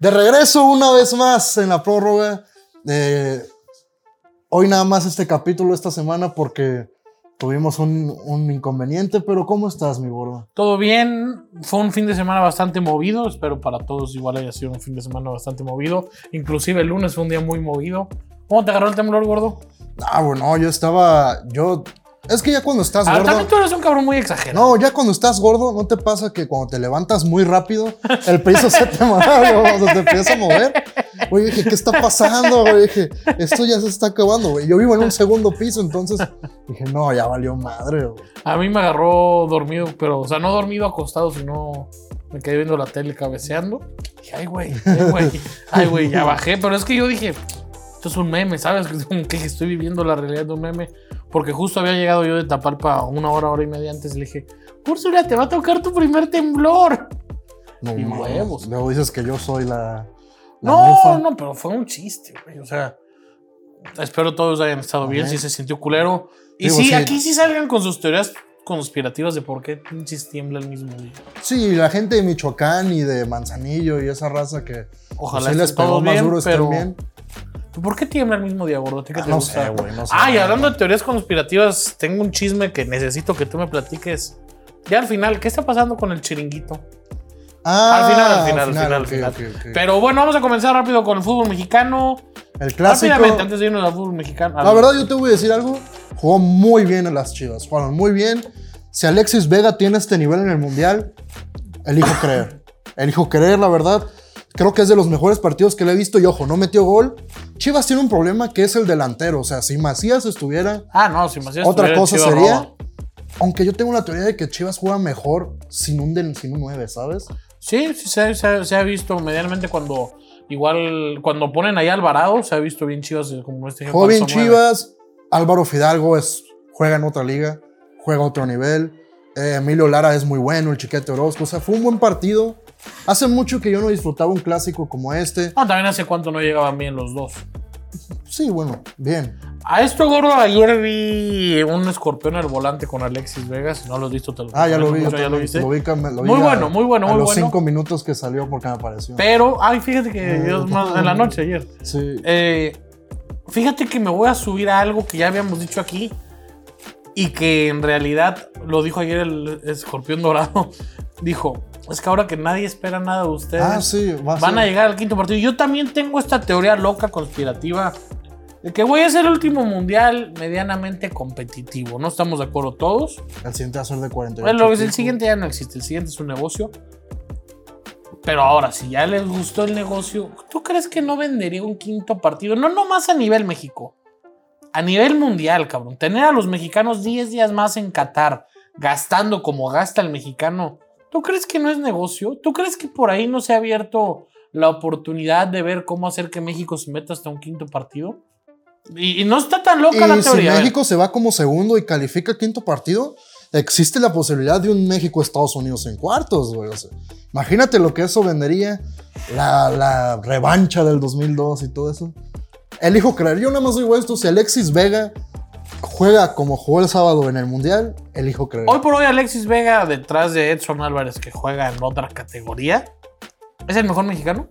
De regreso una vez más en la prórroga. Eh, hoy nada más este capítulo esta semana porque tuvimos un, un inconveniente, pero ¿cómo estás, mi gordo? Todo bien, fue un fin de semana bastante movido, espero para todos igual haya sido un fin de semana bastante movido, inclusive el lunes fue un día muy movido. ¿Cómo te agarró el temblor, gordo? Ah, bueno, yo estaba, yo, es que ya cuando estás Ah, gordo... también tú eres un cabrón muy exagerado. No, ya cuando estás gordo, ¿no te pasa que cuando te levantas muy rápido, el piso se te, mueve, o sea, te empieza a mover? Oye, dije, ¿qué está pasando? Güey? Dije, esto ya se está acabando, güey. Yo vivo en un segundo piso, entonces dije, no, ya valió madre, güey. A mí me agarró dormido, pero, o sea, no dormido acostado, sino me quedé viendo la tele cabeceando. Dije, ay, güey, ay, güey, ay, güey, ya bajé. Pero es que yo dije, esto es un meme, ¿sabes? Como Que estoy viviendo la realidad de un meme. Porque justo había llegado yo de Tapalpa una hora, hora y media antes. Le dije, Úrsula, te va a tocar tu primer temblor. No, Y mames. huevos. Luego dices que yo soy la. la No, mufa. no, pero fue un chiste, güey. O sea, espero todos hayan estado bien, Ajá. si se sintió culero. Y Digo, sí, sí. aquí sí salgan con sus teorías conspirativas de por qué pinches tiembla el mismo día. Sí, la gente de Michoacán y de Manzanillo y esa raza que. Ojalá pues, sí esté les todo pegó más bien, duro estén pero bien. ¿por qué tiembla el mismo día, gordo? ¿A ti qué Ah, te no gusta? sé, güey, no sé. Ah, y hablando de teorías conspirativas, tengo un chisme que necesito que tú me platiques. Ya al final, ¿qué está pasando con el chiringuito? Ah, al final, al final, al final, al ok, final. ok, ok. Pero bueno, vamos a comenzar rápido con el fútbol mexicano. El clásico. Rápidamente, antes de irnos al fútbol mexicano. La verdad, yo te voy a decir algo. Jugó muy bien en las chivas. Jugaron muy bien. Si Alexis Vega tiene este nivel en el mundial, elijo creer. Elijo creer, la verdad. Creo que es de los mejores partidos que le he visto. Y ojo, no metió gol. Chivas tiene un problema que es el delantero. O sea, si Macías estuviera Ah, no, si me hacías Otra estuviera cosa chido, sería, roba. aunque yo tengo la teoría de que Chivas juega mejor sin un, del- sin un 9, ¿sabes? Sí, sí, se, se- se ha visto medianamente cuando. Igual, cuando ponen ahí a Alvarado, se ha visto bien chivas eh, como este ejemplo, Joven falso nueve. Chivas, Álvaro Fidalgo es, juega en otra liga, juega a otro nivel. eh, Emilio Lara es muy bueno, el Chiquete Orozco. O sea, fue un buen partido. Hace mucho que yo no disfrutaba un clásico como este. No, también hace cuánto no llegaban bien los dos. Sí, bueno, bien. A esto, gordo, ayer vi un escorpión al volante con Alexis Vegas. Si no lo has visto, te lo Ah, ya lo vi. recomiendo yo mucho, ya lo también, viste. lo vi, cam- lo vi Muy a- bueno, muy bueno, a muy los bueno. cinco minutos que salió porque me apareció. Pero, ay, fíjate que Eh, yo más en la noche ayer. Sí. Eh, fíjate que me voy a subir a algo que ya habíamos dicho aquí y que en realidad lo dijo ayer el escorpión dorado. Dijo, es que ahora que nadie espera nada de ustedes, Ah, sí, va a van a ser. llegar al quinto partido. Yo también tengo esta teoría loca conspirativa de que voy a ser el último mundial medianamente competitivo. No estamos de acuerdo todos. El siguiente va a ser de 48. Bueno, lo que es el equipos. siguiente ya no existe, el siguiente es un negocio. Pero ahora, si ya les gustó el negocio, ¿tú crees que no vendería un quinto partido? No nomás a nivel México, a nivel mundial, cabrón. Tener a los mexicanos 10 días más en Qatar, gastando como gasta el mexicano, ¿tú crees que no es negocio? ¿Tú crees que por ahí no se ha abierto la oportunidad de ver cómo hacer que México se meta hasta un quinto partido? Y, y no está tan loca la Y si teoría. a ver. México se va como segundo y califica quinto partido, existe la posibilidad de un México-Estados Unidos en cuartos, güey. O sea, imagínate lo que eso vendería, la, la revancha del 2002 y todo eso. Elijo creer, yo nada más digo esto, si Alexis Vega juega como jugó el sábado en el Mundial, elijo creer. Hoy por hoy Alexis Vega detrás de Edson Álvarez que juega en otra categoría. ¿Es el mejor mexicano?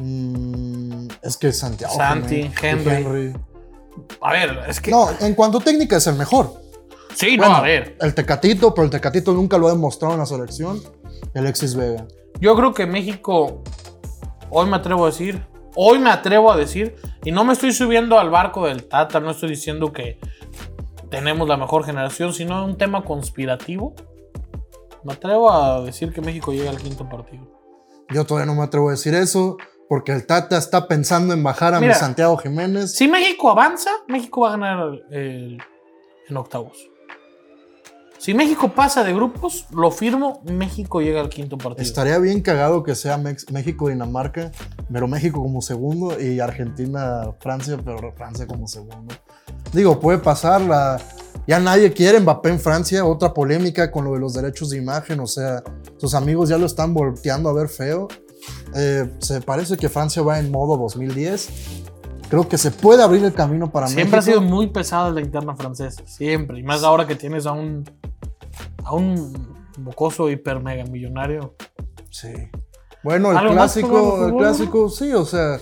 Mm, es que Santiago. Santi, Jiménez, Henry. A ver, es que... No, en cuanto a técnica es el mejor. sí, no, Bueno, a ver. El Tecatito, pero el Tecatito nunca lo ha demostrado en la selección. Alexis Vega. Yo creo que México, hoy me atrevo a decir, hoy me atrevo a decir, y no me estoy subiendo al barco del Tata, no estoy diciendo que tenemos la mejor generación, sino un tema conspirativo. Me atrevo a decir que México llega al quinto partido. Yo todavía no me atrevo a decir eso porque el Tata está pensando en bajar a Mira. mi Santiago Jiménez. Si México avanza, México va a ganar el- en octavos. Si México pasa de grupos, lo firmo, México llega al quinto partido. Estaría bien cagado que sea Mex- México-Dinamarca, pero México como segundo y Argentina-Francia, pero Francia como segundo. Digo, puede pasar la... Ya nadie quiere Mbappé en Francia, otra polémica con lo de los derechos de imagen, o sea, sus amigos ya lo están volteando a ver feo. Eh, se parece que Francia va en modo 2010. Creo que se puede abrir el camino para Siempre ha México. sido muy pesada la interna francesa, siempre. Y más ahora que tienes a un, a un bocoso hiper mega millonario. Sí. Bueno, el ¿Algo más sobre el clásico, el fútbol? clásico, sí, o sea,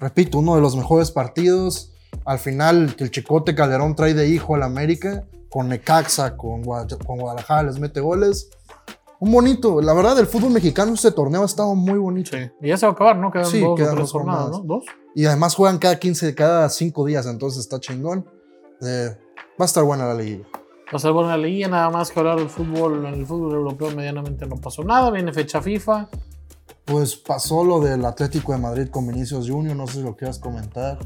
repito, uno de los mejores partidos. Al final, que el Chicote Calderón trae de hijo al América, con Necaxa, con, Guada- con Guadalajara, les mete goles. Un bonito, la verdad, el fútbol mexicano, este torneo ha estado muy bonito. Sí. Y ya se va a acabar, ¿no? Quedan Sí, dos o quedan tres dos jornadas, ¿no? jornadas. Dos. Y además juegan cada 15, cada 5 días, entonces está chingón. Eh, va a estar buena la liguilla. Va a ser buena liga, nada más que hablar del fútbol. En el fútbol europeo medianamente no pasó nada. Viene fecha FIFA. Pues pasó lo del Atlético de Madrid con Vinicius Junior, no sé si lo quieras comentar.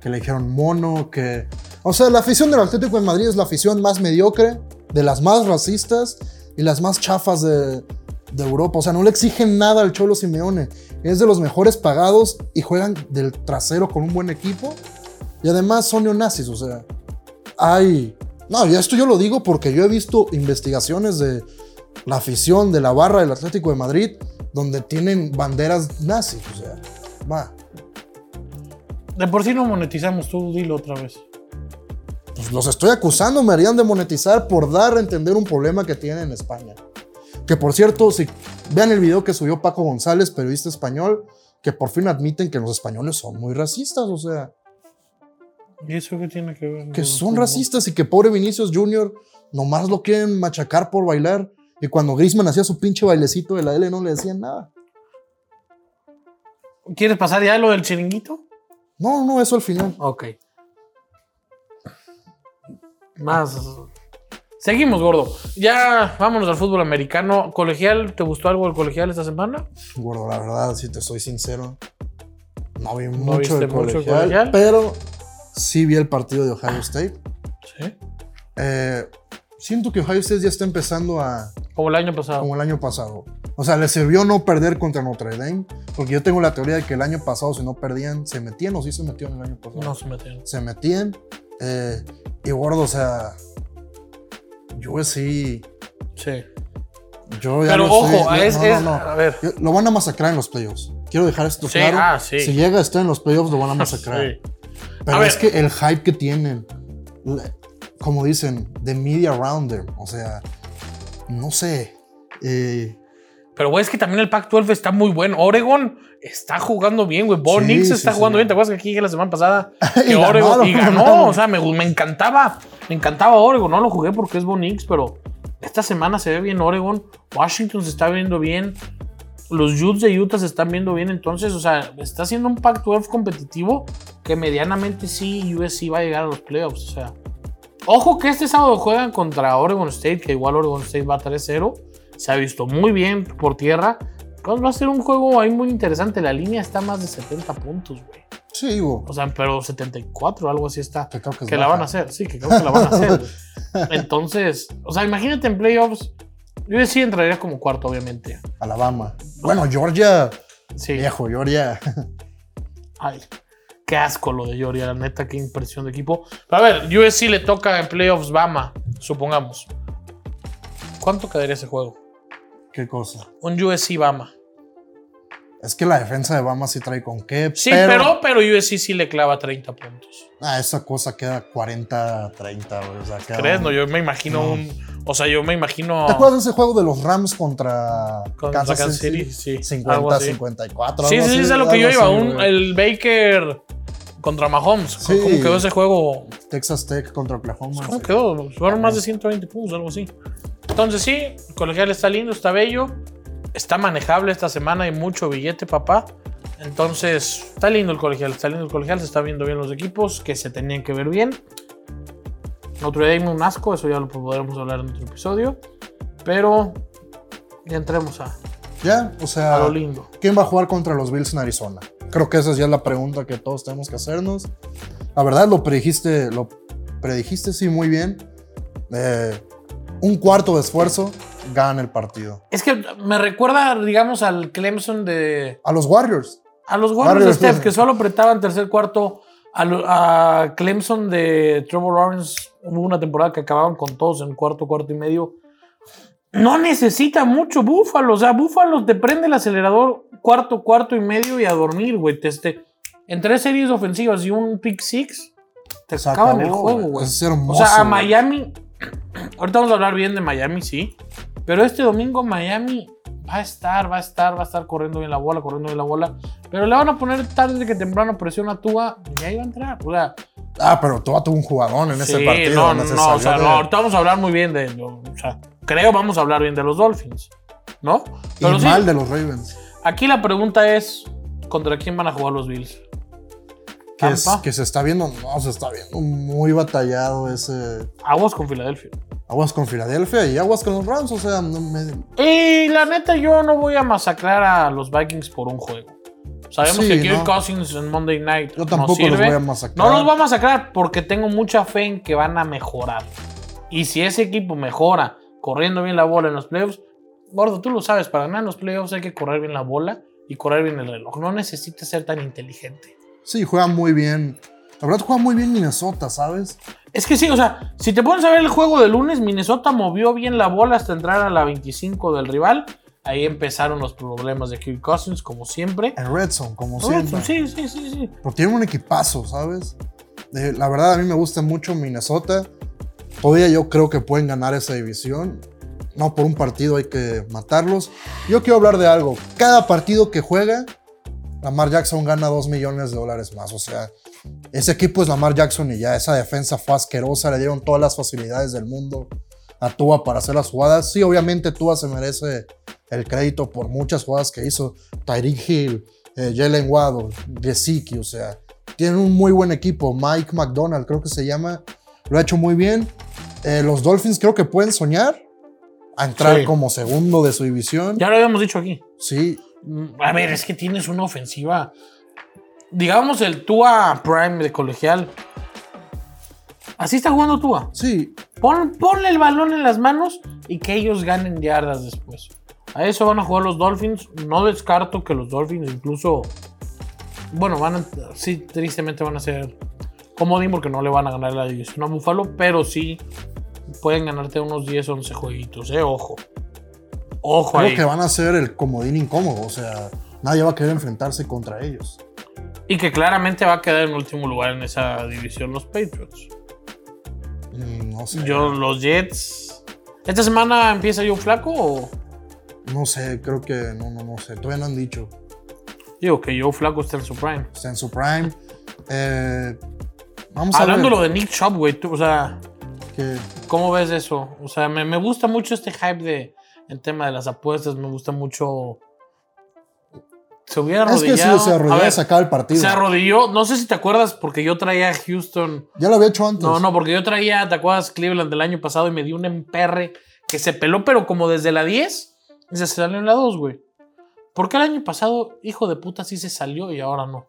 Que le dijeron mono, que. O sea, la afición del Atlético de Madrid es la afición más mediocre, de las más racistas y las más chafas de, de Europa. O sea, no le exigen nada al Cholo Simeone. Es de los mejores pagados y juegan del trasero con un buen equipo. Y además son neonazis, o sea. Ay. No, y esto yo lo digo porque yo he visto investigaciones de la afición de la barra del Atlético de Madrid donde tienen banderas nazis, o sea, va. De por sí no monetizamos, tú dilo otra vez. Pues los estoy acusando, me harían de monetizar por dar a entender un problema que tienen en España. Que por cierto, si vean el video que subió Paco González, periodista español, que por fin admiten que los españoles son muy racistas, o sea, ¿Y eso qué tiene que ver? que con son el racistas y que pobre Vinicius Jr. nomás lo quieren machacar por bailar. Y cuando Griezmann hacía su pinche bailecito de la L no le decían nada. fútbol? ¿Quieres pasar ya lo del chiringuito? No, no, eso al final. Ok. Más. Seguimos, gordo. Ya vámonos al fútbol americano. ¿Colegial? ¿Te gustó algo el colegial esta semana? Gordo, la verdad, si te soy sincero, no vi viste mucho el mucho el colegial, colegial? pero sí vi el partido de Ohio State. Sí. Eh, siento que Ohio State ya está empezando a Como el año pasado. como el año pasado. O sea, le sirvió no perder contra Notre Dame, porque yo tengo la teoría de que el año pasado si no perdían, se metían o sí se metieron el año pasado. No se metieron. Se metían. eh, y gordo, o sea, yo sí, Sí. yo ya Pero lo sé, ojo, ya- es, no, no, es- no. A ver. Yo- Lo van a masacrar en los playoffs. Quiero dejar esto Sí, claro. ah, sí. Si llega a estar en los playoffs, lo van a masacrar. Sí. Pero A es que el hype que tienen, le- como dicen, de media rounder. O sea, no sé. eh, Pero, güey, es que también el Pac-12 está muy bueno. Oregon está jugando bien, güey. Bo Sí, Nix sí, está sí. jugando bien. ¿Te acuerdas que aquí dije la semana pasada que Y Oregon ganaron, y ganó? ganaron. O sea, me, gu- me encantaba. Me encantaba Oregon. No lo jugué porque es Bo Nix, pero esta semana se ve bien Oregon. Washington se está viendo bien. Los Utes de Utah se están viendo bien. Entonces, o sea, está siendo un Pac-12 competitivo que medianamente sí USC va a llegar a los playoffs. O sea, ojo que este sábado juegan contra Oregon State, que igual Oregon State va 3-0 se ha visto muy bien por tierra. Pues va a ser un juego ahí muy interesante. La línea está más de 70 puntos, güey. sí, digo. O sea, pero 74, algo así está. Que, creo que es Que la Pues baja. van a hacer, sí, que creo que la van a hacer. güey. Entonces, o sea, imagínate en playoffs. Yo sí entraría como cuarto, obviamente. Alabama. Bueno, Georgia. Sí. Viejo, Georgia. Ay, qué asco lo de Georgia, la neta, qué impresión de equipo. Pero a ver, USC le toca en playoffs Bama, supongamos. ¿Cuánto quedaría ese juego? Qué cosa. Un USC Bama. Es que la defensa de Bama sí trae con qué. Sí, pero, pero, USC sí le clava 30 puntos. Ah, esa cosa queda 40-30, güey. O sea, queda- ¿Crees? No, yo me imagino No. un. O sea, yo me imagino. ¿Te acuerdas de ese juego de los Rams contra, Contra Kansas, Kansas City? City, sí, algo así. 50-54. Sí, algo sí, así, sí, es a lo que yo algo iba. así, un- güey. el Baker contra Mahomes. Sí. ¿Cómo quedó ese juego? Texas Tech contra Oklahoma. Pues, ¿Cómo sí. quedó? Fueron más de 120 puntos, algo así. Entonces, sí, el colegial está lindo, está bello. Está manejable esta semana, hay mucho billete, papá. Entonces, está lindo el colegial, está lindo el colegial, se está viendo bien los equipos que se tenían que ver bien. Notre Dame un asco, eso ya lo podremos hablar en otro episodio. Pero ya entremos a, Ya, o a sea, lo lindo. ¿quién va a jugar contra los Bills en Arizona? Creo que esa ya es la pregunta que todos tenemos que hacernos. La verdad, lo predijiste, lo predijiste sí muy bien. Eh, un cuarto de esfuerzo, gana el partido. Es que me recuerda, digamos, al Clemson de. A los Warriors. A los Warriors de Warriors, Steph, sí. que solo apretaban tercer cuarto. A, lo- a Clemson de Trevor Lawrence hubo una temporada que acababan con todos en cuarto, cuarto y medio. No necesita mucho Búfalo. O sea, Búfalo te prende el acelerador cuarto, cuarto y medio y a dormir, güey. Te- Este, en tres series ofensivas y un pick six, te Se sacaban el acabó, juego, güey. güey. Es hermoso, O sea, a güey. Miami. Ahorita vamos a hablar bien de Miami, sí. Pero este domingo Miami va a estar, va a estar, va a estar corriendo bien la bola, corriendo bien la bola. Pero le van a poner tarde que temprano presión a Tua y ahí va a entrar. O sea, Ah, pero Tua tuvo un jugadón en ese sí, partido. no, donde se no, o salió sea, de- no, ahorita vamos a hablar muy bien de. O sea, creo vamos a hablar bien de los Dolphins, ¿no? y Pero sí, mal de los Ravens. aquí la pregunta es: ¿contra quién van a jugar los Bills? Que, es- Tampa. que se está viendo, no, se está viendo muy batallado ese. Aguas con Filadelfia. Aguas con Filadelfia y aguas con los Rams. O sea, no me- Y la neta, yo no voy a masacrar a los Vikings por un juego. Sabemos Sí, que Kirk no. Cousins en Monday Night yo no tampoco los sirve. voy a masacrar. No los voy a masacrar porque tengo mucha fe en que van a mejorar. Y si ese equipo mejora corriendo bien la bola en los playoffs, gordo, tú lo sabes, para ganar los playoffs hay que correr bien la bola y correr bien el reloj. No necesitas ser tan inteligente. Sí, juega muy bien. La verdad, juega muy bien Minnesota, ¿sabes? Es que sí, o sea, si te pones a ver el juego de lunes, Minnesota movió bien la bola hasta entrar a la 25 del rival. Ahí empezaron los problemas de Kirk Cousins, como siempre. Ah, En Red Zone, Ah, como siempre. Sí, sí, sí, sí. Pero tiene un equipazo, ¿sabes? Eh, la verdad, a mí me gusta mucho Minnesota. Todavía yo creo que pueden ganar esa división. No, por un partido hay que matarlos. Yo quiero hablar de algo. Cada partido que juega, Lamar Jackson gana 2 millones de dólares más. O sea, ese equipo es Lamar Jackson y ya. Esa defensa fue asquerosa. Le dieron todas las facilidades del mundo a Tua para hacer las jugadas. Sí, obviamente Tua se merece el crédito por muchas jugadas que hizo. Tyreek Hill, eh, Jalen Waddle, Gesicki, o sea, tienen un muy buen equipo. Mike McDonald, creo que se llama, lo ha hecho muy bien. Eh, los Dolphins creo que pueden soñar a entrar Sí. como segundo de su división. Ya lo habíamos dicho aquí. Sí, Mm, A ver, es que tienes una ofensiva. Digamos el Tua Prime de colegial. Así está jugando Tua. sí, Pon- ponle el balón en las manos y que ellos ganen yardas después. A eso van a jugar los Dolphins. No descarto que los Dolphins incluso... Bueno, van a, sí, tristemente van a ser comodín porque no le van a ganar la división a Buffalo, pero sí pueden ganarte unos 10, 11 jueguitos, eh, ojo. Ojo ahí. creo que van a ser el comodín incómodo, o sea, nadie va a querer enfrentarse contra ellos. Y que claramente va a quedar en último lugar en esa división los Patriots. Mm, No sé, Yo, los Jets. ¿Esta semana empieza yo flaco o.? no sé, creo que no, no, no sé, todavía no han dicho. Digo que yo flaco está en su prime. Está en su prime. Eh, vamos a Hablándolo ver de Nick Chubb, güey, tú, o sea, que ¿cómo ves eso? O sea, me, me gusta mucho este hype de el tema de las apuestas, me gusta mucho. Se hubiera Es arrodillado. que sí, se A arrodilló ver, y sacaba el partido. se arrodilló, no sé si te acuerdas, porque yo traía a Houston Ya lo había hecho antes. No, no, porque yo traía, ¿te acuerdas? Cleveland del año pasado y me dio un emperre que se peló, pero como desde la 10 y se salió en la 2, güey. ¿Por qué el año pasado, hijo de puta, sí se salió y ahora no?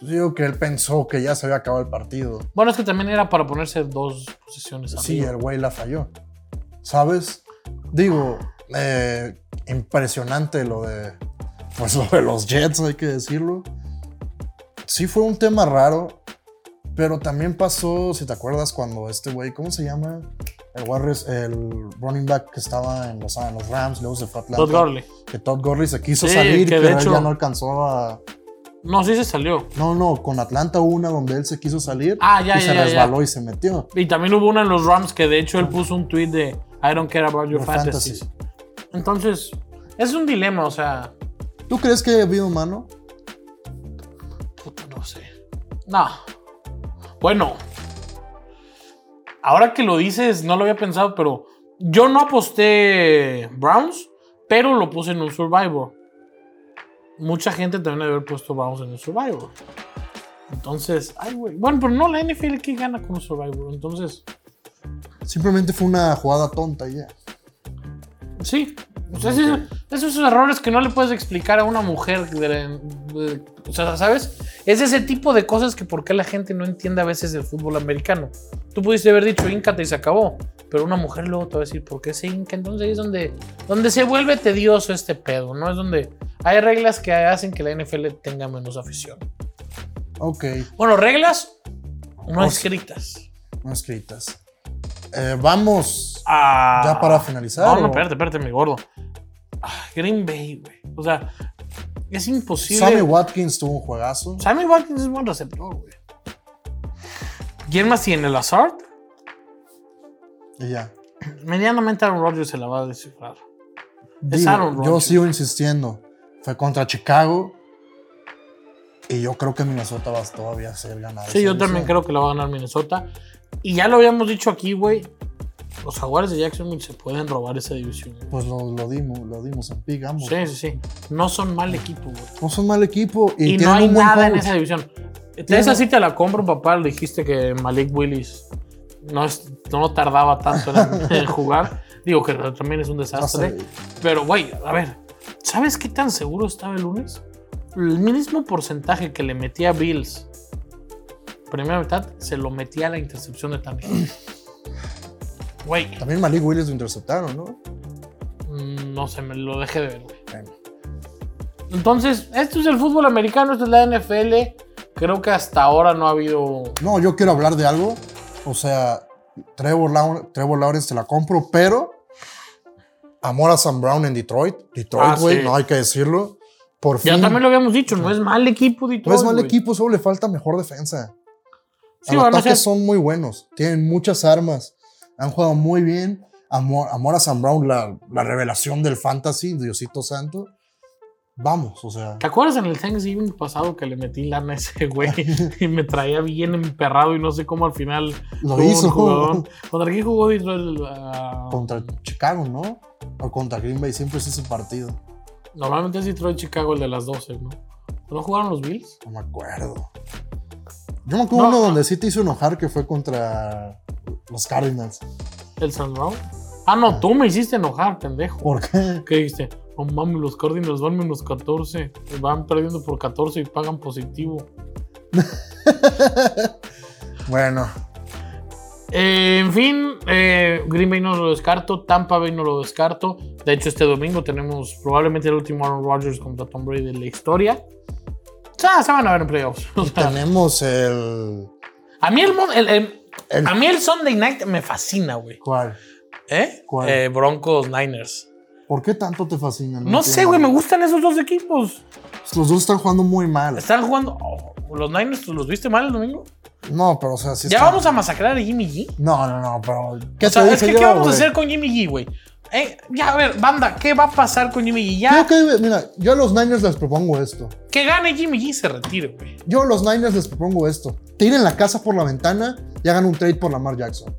Yo digo que él pensó que ya se había acabado el partido. Bueno, es que también era para ponerse dos posiciones Sí, arriba. el güey la falló. ¿Sabes? Digo, eh, impresionante lo de. Pues lo de los Jets, hay que decirlo. Sí fue un tema raro. Pero también pasó, si te acuerdas, cuando este güey, ¿cómo se llama? El Warriors, el running back que estaba en los, ah, en los Rams, luego se fue a Atlanta. Todd Gurley. Que Todd Gurley se quiso Sí, salir, que de pero él hecho- ya no alcanzó a, No, sí se salió. No, no, con Atlanta hubo una donde él se quiso salir Ah, ya, y ya, se ya, resbaló y se metió. Y también hubo una en los Rams que de hecho él puso un tweet de I don't care about your Your fantasies. Entonces, es un dilema, o sea, ¿Tú crees que ha habido mano? Puta, no sé. No. Bueno. Ahora que lo dices, no lo había pensado, pero yo no aposté Browns, pero lo puse en un Survivor. Mucha gente también debe haber puesto Browns en un Survivor. Entonces, ay, güey. Bueno, pero no, la NFL que gana con un Survivor. Entonces, Simplemente fue una jugada tonta y ya. sí. O sea, esos, esos errores que no le puedes explicar a una mujer. de- de- o sea, ¿sabes? Es ese tipo de cosas que por qué la gente no entiende a veces el fútbol americano. Tú pudiste haber dicho híncate y se acabó. Pero una mujer luego te va a decir, ¿por qué se hinca? Entonces ahí es donde, donde se vuelve tedioso este pedo, ¿no? Es donde hay reglas que hacen que la NFL tenga menos afición. Ok, Bueno, reglas no O sea, escritas. no escritas. Eh, vamos Ah. ya para finalizar. No, no, ¿o? espérate, espérate, mi gordo. Ah, Green Bay, güey. O sea, es imposible. Sammy Watkins tuvo un juegazo. Sammy Watkins es buen receptor, güey. ¿Quién más tiene? ¿Lazard? Y ya. Medianamente Aaron Rodgers se la va a descifrar. Es Digo, Aaron yo Rodgers. sigo insistiendo. Fue contra Chicago. Y yo creo que Minnesota va a todavía a ser ganar. Sí, yo también creo que la va a ganar Minnesota. Y ya lo habíamos dicho aquí, güey. Los Jaguares de Jacksonville se pueden robar esa división. güey. Pues lo, lo dimos, lo dimos en pick ambos. Sí, sí, sí. No son mal equipo, güey. No son mal equipo. Y, Y, no tienen hay un buen nada en coach. esa división. Tienen- Esa sí te la compro, papá. Le dijiste que Malik Willis no, es- no tardaba tanto en, en jugar. Digo que también es un desastre. Desastre. Pero, güey, a ver, ¿sabes qué tan seguro estaba el lunes? El mismo porcentaje que le metía a Bills primera mitad, se lo metía a la intercepción de Tannehill. Güey, También Malik Willis lo interceptaron, ¿no? mm, no sé, me lo dejé de ver, güey. Bueno. Entonces, esto es el fútbol americano, esto es la NFL. Creo que hasta ahora no ha habido. No, yo quiero hablar de algo. O sea, Trevor, Law- Trevor Lawrence te la compro, pero amor a Sam Brown en Detroit. Ah, Detroit, güey, sí. no hay que decirlo. Por fin. Ya también lo habíamos dicho, no es mal equipo, Detroit. no es mal güey. equipo, solo le falta mejor defensa. Sí, Los van a ataques ser- son muy buenos, tienen muchas armas, han jugado muy bien. Amor, amor a Sam Brown, la, la revelación del fantasy, Diosito Santo. Vamos, o sea. ¿Te acuerdas en el Thanksgiving pasado que le metí lana a ese güey y me traía bien emperrado y no sé cómo al final Lo tuvo un hizo. jugador? ¿Contra quién jugó Detroit? El, ah, Contra Chicago, ¿no? O contra Green Bay, siempre es ese partido. Normalmente es Detroit Chicago el de las 12, ¿no? ¿No jugaron los Bills? No me acuerdo. Yo me acuerdo No. uno donde sí te hizo enojar que fue contra los Cardinals. ¿El San Brown? Ah, no, tú me hiciste enojar, pendejo. ¿Por qué? ¿Qué dijiste? No "Oh, mames, los Cardinals van menos 14. Van perdiendo por 14 y pagan positivo. Bueno, Eh, en fin, eh, Green Bay no lo descarto, Tampa Bay no lo descarto. De hecho, este domingo tenemos probablemente el último Aaron Rodgers contra Tom Brady de la historia. O sea, se van a ver en playoffs. O sea, tenemos el. a mí el, mon- el- el- el- a mí el Sunday Night me fascina, güey. ¿Cuál? ¿Eh? ¿Cuál? Eh, Broncos Niners. ¿Por qué tanto te fascina? No sé, entiendo. güey, me gustan esos dos equipos. Pues Los dos están jugando muy mal. Están jugando. oh, los Niners, ¿tú ¿los viste mal el domingo? No, pero o sea, sí ya están- vamos a masacrar a Jimmy G. No, no, no, pero. ¿Qué O sea, te es dije que, yo, ¿qué vamos a güey? hacer con Jimmy G, güey? Eh, ya, a ver, banda, ¿qué va a pasar con Jimmy G? Ya. Creo que, mira, yo a los Niners les propongo esto. Que gane Jimmy G y se retire, güey. Yo a los Niners les propongo esto. Tiren la casa por la ventana y hagan un trade por Lamar Jackson.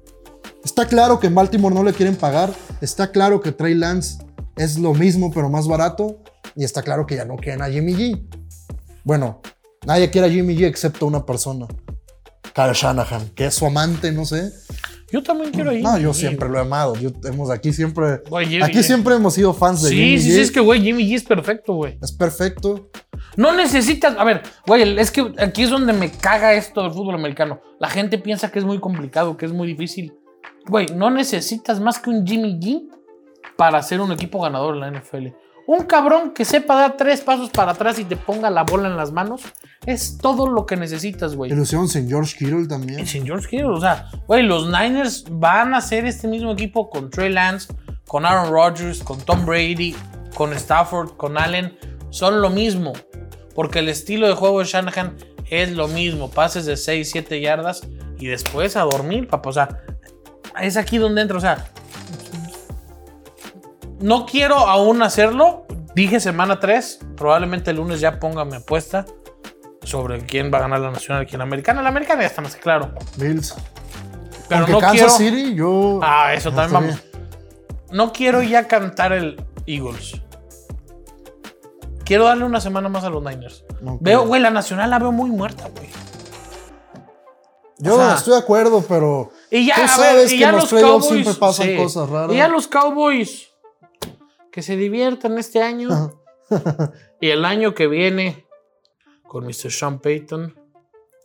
Está claro que en Baltimore no le quieren pagar. Está claro que Trey Lance es lo mismo pero más barato. Y está claro que ya no quieren a Jimmy G. Bueno, nadie quiere a Jimmy G excepto una persona. Kyle Shanahan, que es su amante, no sé. Yo también quiero ir. No, yo siempre lo he amado. Yo- hemos aquí siempre... Güey, Jimmy Aquí G. siempre hemos sido fans de Jimmy Sí, sí, G. sí, es que, güey, Jimmy G es perfecto, güey. Es perfecto. No necesitas. A ver, güey, es que aquí es donde me caga esto del fútbol americano. La gente piensa que es muy complicado, que es muy difícil. Güey, no necesitas más que un Jimmy G para ser un equipo ganador en la NFL. Un cabrón que sepa dar tres pasos para atrás y te ponga la bola en las manos es todo lo que necesitas, güey. Ilusión sin George Kittle Y también. sin George Kittle, o sea, güey, los Niners van a ser este mismo equipo con Trey Lance, con Aaron Rodgers, con Tom Brady, con Stafford, con Allen. Son lo mismo, porque el estilo de juego de Shanahan es lo mismo. Pases de 6, 7 yardas y después a dormir, papá. O sea, es aquí donde entra, o sea, no quiero aún hacerlo. Dije semana 3, probablemente el lunes ya ponga mi apuesta sobre quién va a ganar la nacional y quién la americana. La americana ya está más que claro. Bills. Pero Aunque no Kansas quiero. City, yo. Ah, eso No, también está vamos. No quiero ya cantar el Eagles. Quiero darle una semana más a los Niners. No Veo, creo. güey, la nacional la veo muy muerta, güey. Yo o sea- estoy de acuerdo, pero. Y ya, Tú a ver, sabes y que ya en los los playoffs Cowboys. siempre pasan cosas raras. Y ya los Cowboys. Que se diviertan este año. y el año que viene con Mr. Sean Payton.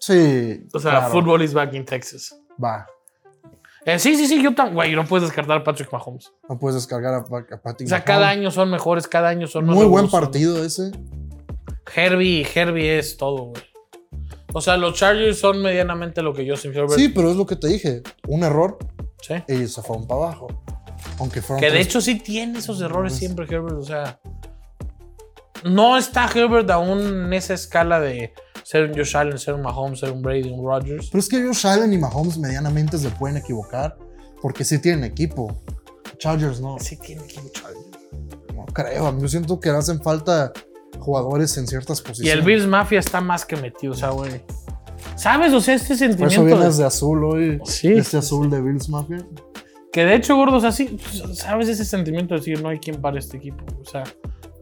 Sí. O sea, claro, football is back in Texas. Va. Eh, sí, sí, sí, yo también. Güey, no puedes descartar a Patrick Mahomes. No puedes descargar a, Pa- a Patty O sea, Mahomes. cada año son mejores, cada año son más Muy buen seguros. partido ese. Herbie, Herbie es todo, güey. O sea, los Chargers son medianamente lo que Justin Herbert. Sí, Ah, pero es lo que te dije. Un error ¿sí? y se fueron para abajo. Aunque fueron. Que de tres- hecho sí tiene esos errores Pues- siempre Herbert. O sea, no está Herbert aún en esa escala de ser un Josh Allen, ser un Mahomes, ser un Brady, un Rodgers. Pero es que Josh Allen y Mahomes medianamente se pueden equivocar porque sí tienen equipo. Chargers no. Sí tiene que luchar. No. creo. A mí yo siento que hacen falta jugadores en ciertas Y posiciones. el Bills Mafia está más que metido, o sea, güey. ¿Sabes? O sea, este Por eso sentimiento. de- vienes de azul hoy. Sí. Este azul de Bills Mafia. Que de hecho, gordos, así. ¿Sabes ese sentimiento de decir no hay quien para este equipo? O sea,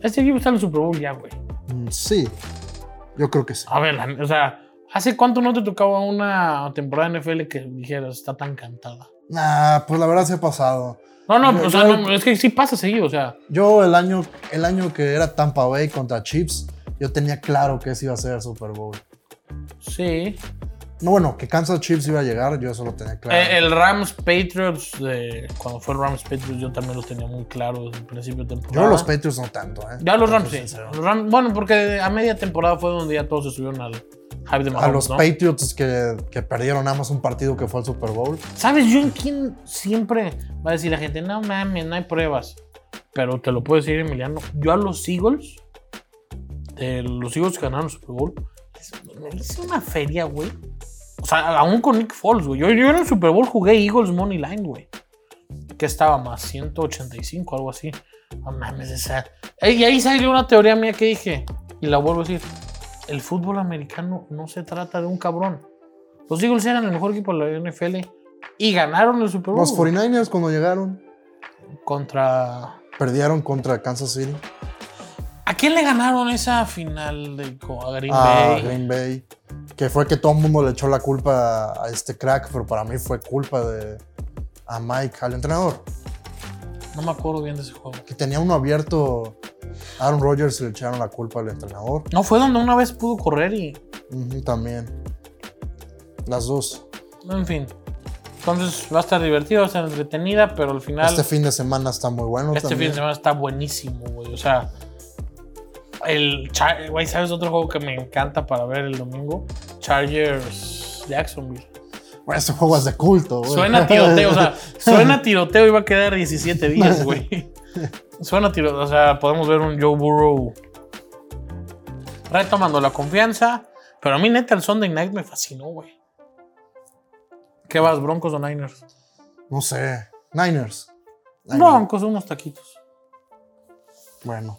este equipo está en el Super Bowl ya, güey. Mm, Sí. Yo creo que sí. A ver, la- o sea, ¿hace cuánto no te tocaba una temporada de NFL que dijeras está tan cantada? Nah, pues la verdad se ha pasado. No, no, Yo- o sea, yo- no, es que sí pasa seguido, o sea. Yo el año, el año que era Tampa Bay contra Chips, yo tenía claro que ese iba a ser el Super Bowl. Sí. No, bueno, que Kansas Chips iba a llegar, yo eso lo tenía claro. Eh, el Rams Patriots, de- cuando fue el Rams Patriots, yo también lo tenía muy claro desde el principio de temporada. yo los Patriots no tanto, ¿eh? Ah. Ya los Rams, sí. Entonces, Los Rams- bueno, porque a media temporada fue donde ya todos se subieron al hype de Mahomes, A los ¿no? Patriots que, que perdieron nada más un partido que fue el Super Bowl. ¿Sabes yo en quién siempre va a decir la gente? No mames, no hay pruebas. Pero te lo puedo decir, Emiliano. Yo a los Eagles, de los Eagles que ganaron el Super Bowl, les- me hice una feria, güey. O sea, aún con Nick Foles, güey. Yo, yo en el Super Bowl jugué Eagles Money Line, güey. Que estaba más 185, algo así. No mames, esa. Eh, Y ahí salió una teoría mía que dije, y la vuelvo a decir: el fútbol americano no se trata de un cabrón. Los Eagles eran el mejor equipo de la NFL y ganaron el Super Bowl Los 49ers cuando llegaron, contra. perdieron contra Kansas City. ¿A quién le ganaron esa final de co- a Green a Bay? Ah, Green Bay. Que fue que todo el mundo le echó la culpa a este crack, pero para mí fue culpa de a Mike, al entrenador. No me acuerdo bien de ese juego. Que tenía uno abierto. Aaron Rodgers le echaron la culpa al entrenador. No fue donde una vez pudo correr y. Ujú, también. Las dos. En fin. Entonces va a estar divertido, va a estar entretenida, pero al final. Este fin de semana está muy bueno. Este fin también. de semana está buenísimo, güey. O sea, el. Char- Güey, ¿sabes otro juego que me encanta para ver el domingo? Chargers Jacksonville. Bueno, ese juego es de culto, güey. Suena tiroteo, o sea, suena tiroteo y va a quedar 17 días, güey. Suena tiroteo, o sea, podemos ver un Joe Burrow retomando la confianza. Pero a mí, neta, el Sunday night me fascinó, güey. ¿Qué vas, Broncos o Niners? No sé. Niners. Niners. Broncos, unos taquitos. Bueno.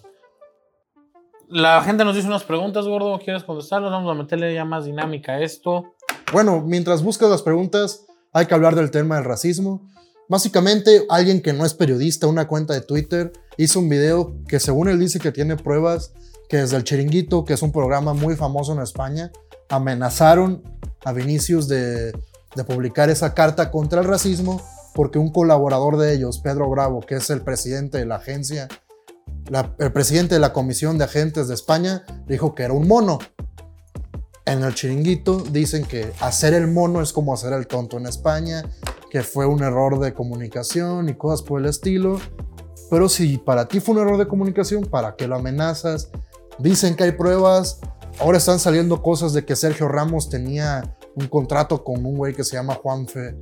La gente nos dice unas preguntas, gordo. ¿Quieres contestarlas? Vamos a meterle ya más dinámica a esto. Bueno, mientras buscas las preguntas, hay que hablar del tema del racismo. Básicamente, alguien que no es periodista, una cuenta de Twitter, hizo un video que según él dice que tiene pruebas que desde el Chiringuito, que es un programa muy famoso en España, amenazaron a Vinicius de, de publicar esa carta contra el racismo porque un colaborador de ellos, Pedro Bravo, que es el presidente de la agencia, la- el presidente de la Comisión de Agentes de España, dijo que era un mono. En el chiringuito dicen que hacer el mono es como hacer el tonto en España, que fue un error de comunicación y cosas por el estilo. Pero si para ti fue un error de comunicación, ¿para qué lo amenazas? Dicen que hay pruebas. Ahora están saliendo cosas de que Sergio Ramos tenía un contrato con un güey que se llama Juanfe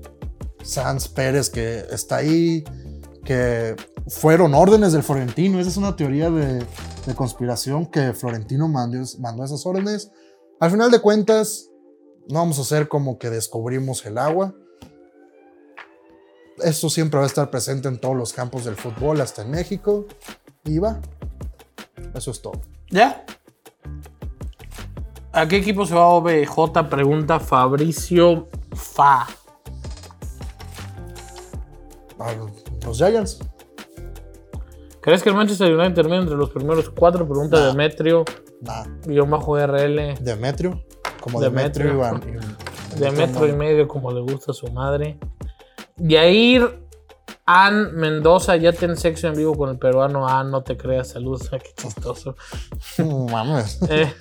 Sanz Pérez, que está ahí, que fueron órdenes del Florentino. Esa es una teoría de, de conspiración que Florentino mandó, mandó esas órdenes. Al final de cuentas, no vamos a hacer como que descubrimos el agua. Esto siempre va a estar presente en todos los campos del fútbol, hasta en México. Y va. Eso es todo. ¿Ya? ¿A qué equipo se va OBJ? Pregunta Fabricio Fa. A Ah, los Giants. ¿Crees que el Manchester United termine entre los primeros cuatro? Pregunta Nah. Demetrio, Nah. guión bajo RL, Demetrio. Como Demetrio. Demetrio, Iván. y- Demetrio y medio, como le gusta a su madre. Yair An Mendoza, ya ten sexo en vivo con el peruano. Ah, no te creas, saludos, ah, qué chistoso. Mm, Mames. Eh,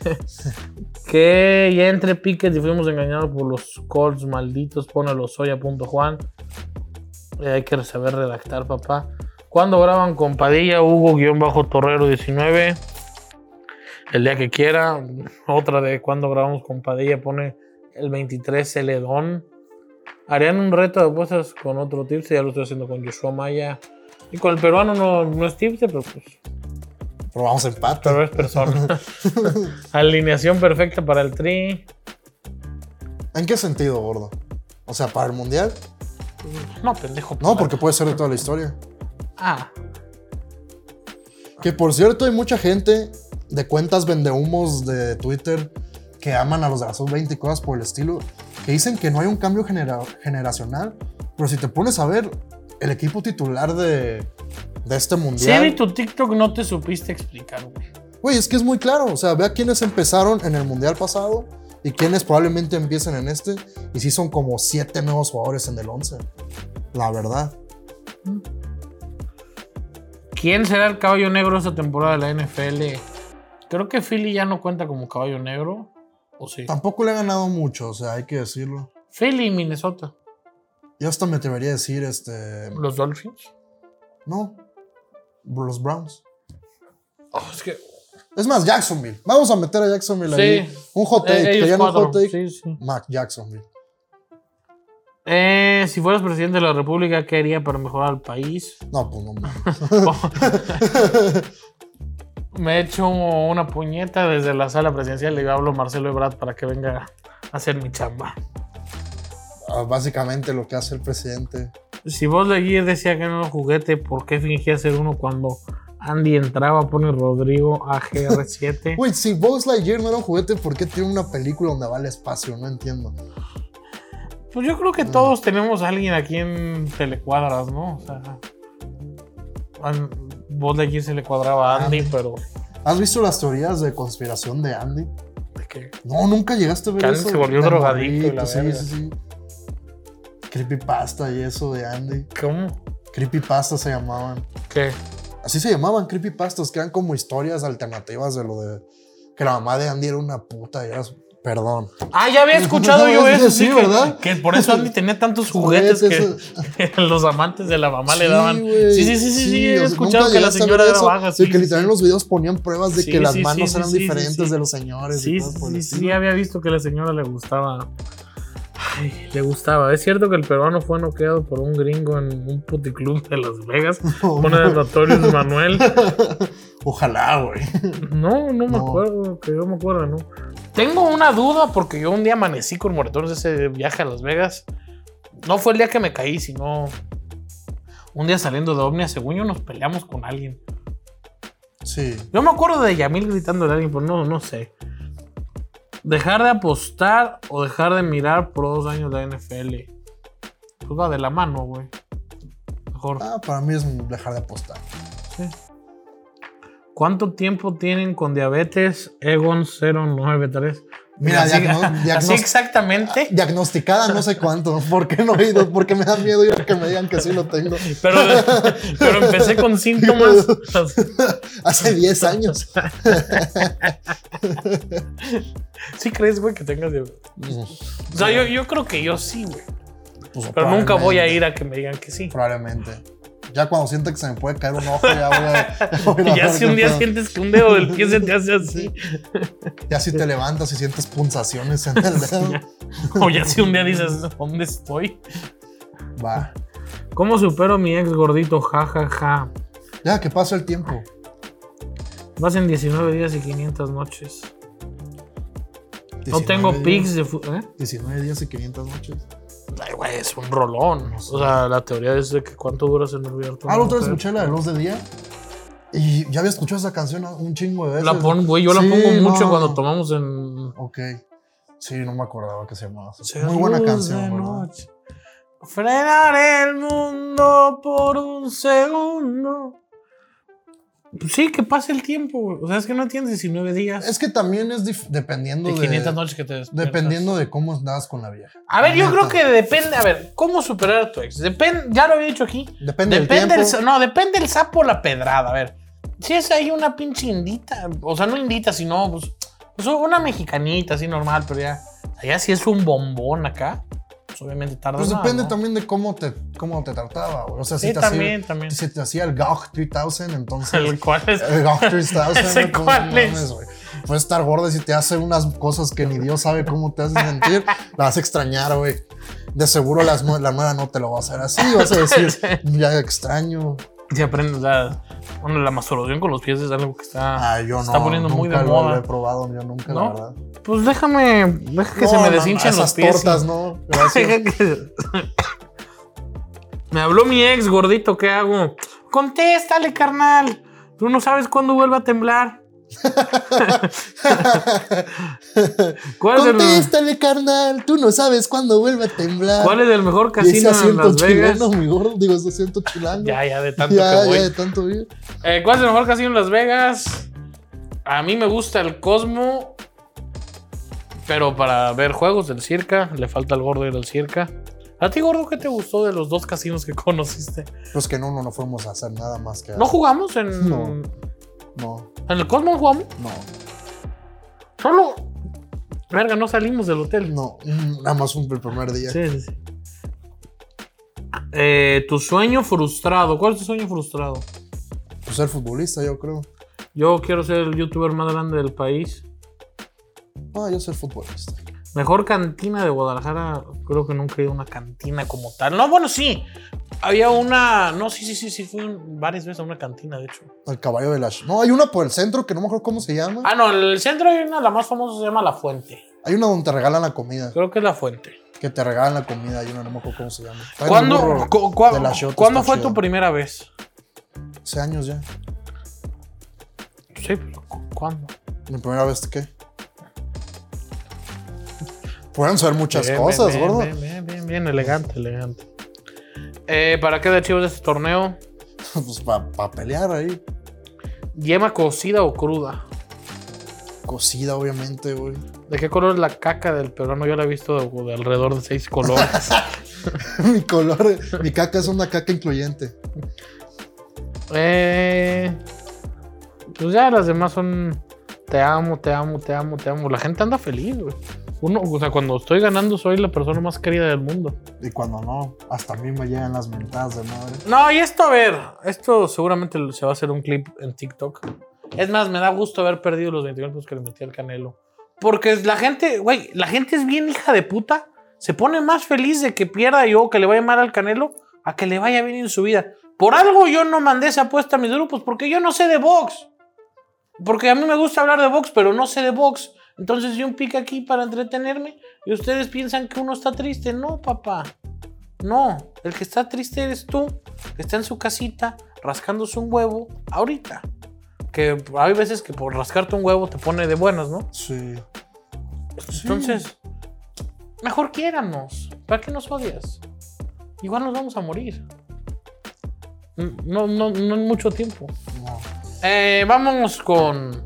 que ya entre piques y fuimos engañados por los Colts malditos. Ponelo soya.juan. Eh, hay que saber redactar, papá. ¿Cuándo graban con Padilla? Hugo-Torrero19. El día que quiera. Otra de cuando grabamos con Padilla pone el 23 Celedón. Harían un reto de apuestas con otro tipse. Ya lo estoy haciendo con Joshua Maya. Y con el peruano no, no es tipse, pero pues Pero vamos a empate. pero es persona. Alineación perfecta para el tri. ¿En qué sentido, gordo? O sea, para el mundial. No, pendejo. No, porque puede ser de toda la historia. Ah. Que por cierto, hay mucha gente de cuentas vendehumos de Twitter que aman a los de la sub-20 y cosas por el estilo, que dicen que no hay un cambio genera- generacional. Pero si te pones a ver, el equipo titular de, de este Si vi mundial. tu TikTok, no te supiste explicar, güey. Güey, es que es muy claro. O sea, vea quiénes empezaron en el mundial pasado y quiénes probablemente empiecen en este. Y sí son como siete nuevos jugadores en el 11. La verdad. ¿Quién será el caballo negro esta temporada de la NFL? Creo que Philly ya no cuenta como caballo negro. ¿O sí? Tampoco le ha ganado mucho, o sea, hay que decirlo. Philly y Minnesota. Yo hasta me atrevería a decir, este. Los Dolphins. No. Los Browns. Oh, es que. Es más, Jacksonville. Vamos a meter a Jacksonville Sí. ahí. Un hot Eh, take. que ellos ya no cuatro. hot take. Sí, sí. Mac Jacksonville. Eh, si fueras presidente de la República, ¿qué haría para mejorar el país? No, pues no. mames. Me he hecho una puñeta desde la sala presidencial y hablo a Marcelo Ebrard para que venga a hacer mi chamba. Ah, Básicamente lo que hace el presidente. Si vos Lightyear decía que no era un juguete, ¿por qué fingía ser uno cuando Andy entraba, pone Rodrigo a GR7? Güey, si Buzz Lightyear no era un juguete, ¿por qué tiene una película donde va al espacio? No entiendo. pues yo creo Mm. que todos tenemos a alguien aquí en telecuadras, ¿no? O sea, an- Buzz Lightyear se le cuadraba a Andy, Andy. pero ¿Has visto las teorías de conspiración de Andy? de que No, nunca llegaste a ver Que Andy eso. se volvió De drogadicto y la morrito, Sí, verga. sí, sí. Creepypasta y eso de Andy. ¿cómo? Creepypasta se llamaban. ¿Qué? Así se llamaban creepypastas, que eran como historias alternativas de lo de que la mamá de Andy era una puta y era su- Perdón. Ah, ya había escuchado yo Sí, eso. sí, que- ¿verdad? Que, por eso Andy tenía tantos juguetes Juguetes, eh, que, que los amantes de la mamá le Sí, daban. güey, Sí, sí, sí, sí, sí, o he sea, escuchado nunca que la llegaste a ver señora era eso, baja. de sí, que sí, literal en los videos ponían pruebas de Sí, que las sí, manos sí, eran sí, sí, diferentes sí. de los señores. Sí, y sí, cosas por el sí, sí, estilo. había visto que la señora le gustaba. Ay, le gustaba. Es cierto que el peruano fue noqueado por un gringo en un puticlub de Las Vegas. No, Pone de Notorious Manuel. Ojalá, güey. No, no me No. acuerdo, que yo me acuerdo, ¿no? Tengo una duda porque yo un día amanecí con moretones de ese viaje a Las Vegas. No fue el día que me caí, sino un día saliendo de Omnia, según yo nos peleamos con alguien. Sí. Yo me acuerdo de Yamil gritando a alguien, pero no, no sé. Dejar de apostar o dejar de mirar por dos años la NFL. Pues va de la mano, güey. Mejor. Ah, para mí es dejar de apostar. ¿Cuánto tiempo tienen con diabetes? Egon 093. Mira, así, diagno- así diagnos- Ah, exactamente. Diagnosticada no sé cuánto. ¿Por qué no he ido? Porque me da miedo ir a que me digan que sí lo tengo. Pero, pero empecé con síntomas. Hace 10 años. ¿Sí crees, güey, que tengas diabetes? O sea, yo, yo creo que yo sí, güey. Pues, Pero nunca voy a probablemente. ir a que me digan que sí. Probablemente. Ya cuando sienta que se me puede caer un ojo, ya voy a. ya voy a Y ya ver si qué un día pedo. sientes que un dedo del pie se te hace así, Ya si te levantas y sientes punzaciones en el dedo. o ya si un día dices, ¿dónde estoy? Va. ¿Cómo supero a mi ex gordito? Ja, ja, ja. Ya que pasa el tiempo. Vas en 19 días y 500 noches. No 19 tengo días, pics de fu- ¿eh? 19 días y 500 noches. Ay, güey, es un rolón. O sea, la teoría es de que cuánto duras en olvidarte. Ah, la otra vez escuché la de Luz de Día. Y ya había escuchado esa canción un chingo de veces. La pon, güey, yo la Sí, pongo mucho no. cuando tomamos en Ok. Sí, no me acordaba que se llamaba. así. Se Muy buena luz canción, de ¿verdad? noche. Frenar el mundo por un segundo. Pues sí, que pase el tiempo. güey. O sea, es que no tienes 19 días Es que también es dif- dependiendo de de. 500 noches que te despiertas. Dependiendo de cómo andabas con la vieja. A ver, yo creo Neta. que depende. A ver, ¿cómo superar a tu ex? Depende, ya lo había dicho aquí. Depende, del tiempo. Depende el, sa- no, depende el sapo o la pedrada. A ver, si es ahí una pinche indita, o sea, no indita, sino pues, pues, una mexicanita así normal, pero ya, allá si es un bombón acá, pues obviamente tarda Pues más, depende ¿no? también de cómo te, cómo te trataba, güey. O sea, si Sí, te también, hacía, también. Si te hacía el GOG 3000, entonces. El cual es. el GOG 3000. Ese güey, pues, cuál no es. mames, güey. Puedes estar gordo y si te hace unas cosas que ni Dios sabe cómo te hacen sentir, la vas a extrañar, güey. De seguro las nue- la nueva no te lo va a hacer así. Vas a decir, "Mm, ya extraño. Se aprende, o sea, bueno, la masturbación con los pies es algo que está. Ah, yo no. está poniendo muy nunca de lo- Lo moda. he probado, yo nunca, ¿No? la verdad. Pues déjame, deja que No, se me no, deshinchen no, esas los pies. y- tortas, no. Gracias. Deja que- Me habló mi ex, gordito, ¿qué hago? Contéstale, carnal. Tú no sabes cuándo vuelva a temblar. ¿Cuál es, el, Contéstale, carnal. Tú no sabes cuándo vuelve a temblar. cuál es el mejor Y ese casino en asiento Las Vegas? chileno, mi gordo. Digo, ese asiento chilango. Ya, ya, de tanto ya, que voy. ya de tanto vivir. Eh, ¿Cuál es el mejor casino en Las Vegas? A mí me gusta el Cosmo. Pero para ver juegos del Circa, le falta al gordo ir al Circa. ¿A ti, gordo, qué te gustó de los dos casinos que conociste? Pues que no, no, no fuimos a hacer nada más que. ¿No jugamos en, No. no, en el Cosmo? ¿Jugamos? no, Solo. Verga, no salimos del hotel. no. Mm, Nada más un el primer día. Sí, sí, sí. Eh, tu sueño frustrado. ¿Cuál es tu sueño frustrado? Pues ser futbolista, yo creo. Yo quiero ser el youtuber más grande del país. No, yo ser futbolista. Mejor cantina de Guadalajara. Creo que nunca he ido a una cantina como tal. No, bueno, sí. Había una. No, sí, sí, sí, sí. Fui un- varias veces a una cantina, de hecho. El caballo de la. Ch- No, hay una por el centro que no me acuerdo cómo se llama. Ah, no, en el centro hay una, la más famosa se llama La Fuente. Hay una donde te regalan la comida. Creo que es La Fuente. Que te regalan la comida. Hay una, no me acuerdo cómo se llama. Hay ¿Cuándo, un burro cu- cua- de la Shota, ¿cuándo está fue chido. tu primera vez? Hace años ya. Sí, pero cu- ¿cuándo? ¿Mi primera vez qué? Pueden ser muchas Bien, cosas, bien, gordo. Bien, bien, bien, bien, elegante, elegante. Eh, ¿Para qué de chivos de este torneo? Pues para pelear ahí. ¿Yema cocida o cruda? Cocida, obviamente, güey. ¿De qué color es la caca del peruano? Yo la he visto de, de alrededor de seis colores. mi color, mi caca es una caca incluyente. eh, pues ya las demás son te amo, te amo, te amo, te amo. La gente anda feliz, güey. Uno, o sea, cuando estoy ganando soy la persona más querida del mundo. Y cuando no, hasta a mí me llegan las mentadas de madre. No, y esto, a ver, esto seguramente se va a hacer un clip en TikTok. Es más, me da gusto haber perdido los 21 puntos que le metí al Canelo. Porque la gente, güey, la gente es bien hija de puta. Se pone más feliz de que pierda yo, que le vaya mal al Canelo, a que le vaya bien en su vida. Por algo yo no mandé esa apuesta a mis grupos, porque yo no sé de box. Porque a mí me gusta hablar de box, pero no sé de box. Entonces yo un pic aquí para entretenerme y ustedes piensan que uno está triste. No, papá. No, el que está triste eres tú, que está en su casita rascándose un huevo ahorita. Que hay veces que por rascarte un huevo te pone de buenas, ¿no? Sí. Entonces, mejor quiéranos. ¿Para qué nos odias? Igual nos vamos a morir. N- No, no, no en mucho tiempo. No. Eh, vamos con.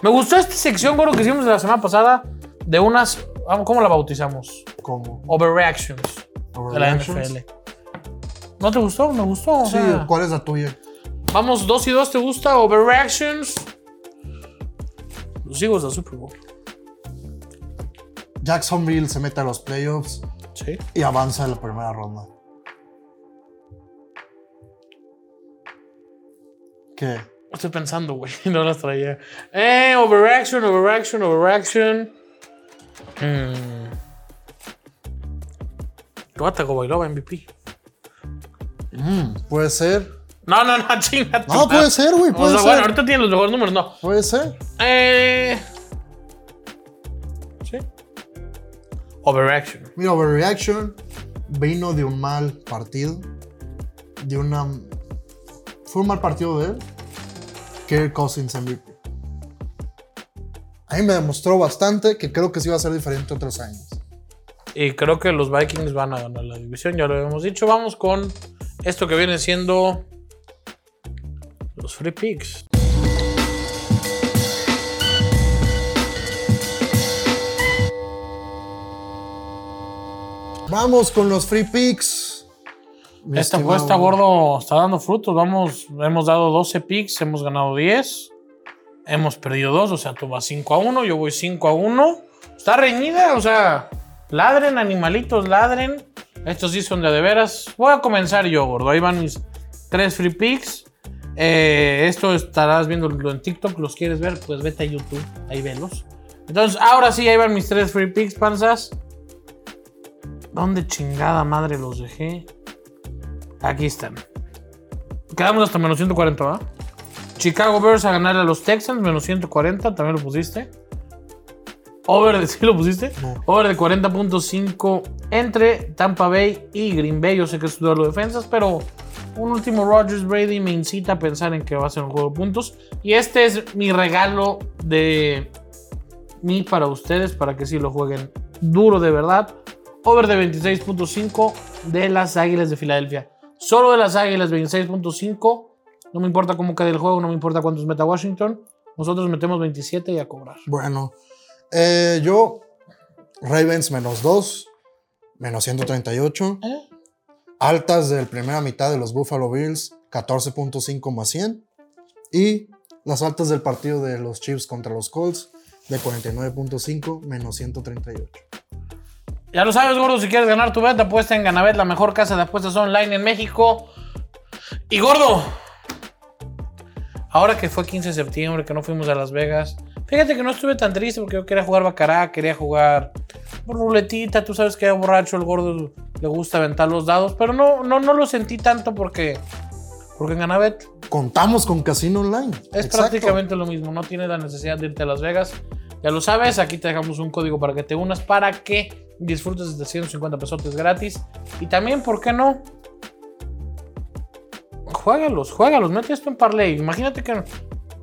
Me gustó esta sección, gordo, que hicimos de la semana pasada. De unas. ¿Cómo la bautizamos? ¿Cómo? Overreactions. de la ¿Overreactions? NFL. ¿No te gustó? Me gustó. o Sí, sea, ¿cuál es la tuya? vamos, dos y dos, ¿te gusta? Overreactions. Los Eagles de Super Bowl. Jacksonville se mete a los playoffs Sí. y avanza a la primera ronda. ¿Qué? Estoy pensando, güey. No las traía. Eh, overreaction, overreaction, overreaction. Mm. Tabataco Bailaba MVP. Mm, puede ser. No, no, no, chinga. tu No, madre. puede ser, güey, O puede sea, ser. bueno, ahorita tiene los mejores números, no. Puede ser. Eh. Sí. Overreaction. Mi overreaction vino de un mal partido. De una. Fue un mal partido de él. Kirk Cousins MVP. A mí me demostró bastante que creo que sí iba a ser diferente otros años. Y creo que los Vikings van a ganar la división, ya lo habíamos dicho. Vamos con esto que viene siendo los free picks. Vamos con los free picks. Mi Esta estimado- apuesta, Este gordo, está dando frutos. Vamos, hemos dado 12 picks, hemos ganado 10. Hemos perdido 2, o sea, tú vas 5 a 1, yo voy 5 a 1. Está reñida, o sea, ladren, animalitos, ladren. Estos sí son de de veras. Voy a comenzar yo, gordo. Ahí van mis 3 free picks. Eh, esto estarás viéndolo en TikTok. ¿Los quieres ver? Pues vete a YouTube, ahí velos. Entonces, ahora sí, ahí van mis 3 free picks, panzas. ¿Dónde chingada madre los dejé? Aquí están. Quedamos hasta menos 140, ¿verdad? Chicago Bears a ganar a los Texans, menos 140, también lo pusiste. Over de, ¿sí lo pusiste? No. Over de 40.5 entre Tampa Bay y Green Bay. Yo sé que es un duelo de defensas, pero Un último Rodgers Brady me incita a pensar en que va a ser un juego de puntos. Y este es mi regalo de mí para ustedes, para que sí lo jueguen duro de verdad. Over de 26.5 de las Águilas de Filadelfia. Solo de las Águilas 26.5. No me importa cómo quede el juego, no me importa cuántos meta Washington. Nosotros metemos 27 y a cobrar. Bueno, eh, yo, Ravens menos 2, menos 138. ¿Eh? Altas del primera mitad de los Buffalo Bills, 14.5 más 100. Y las altas del partido de los Chiefs contra los Colts, de 49.5 menos 138. Ya lo sabes, gordo, si quieres ganar tu bet, apuesta en Ganabet, la mejor casa de apuestas online en México. Y gordo, ahora que fue 15 de septiembre, que no fuimos a Las Vegas, fíjate que no estuve tan triste porque yo quería jugar bacará, quería jugar ruletita, tú sabes que a borracho el gordo le gusta aventar los dados, pero no, no, no lo sentí tanto porque, porque en Ganabet Contamos con Casino Online. es Exacto. prácticamente lo mismo, no tienes la necesidad de irte a Las Vegas. Ya lo sabes, aquí te dejamos un código para que te unas, para que disfrutes de 150 pesos gratis. Y también, ¿por qué no? Juégalos, juégalos, mete esto en parlay. Imagínate que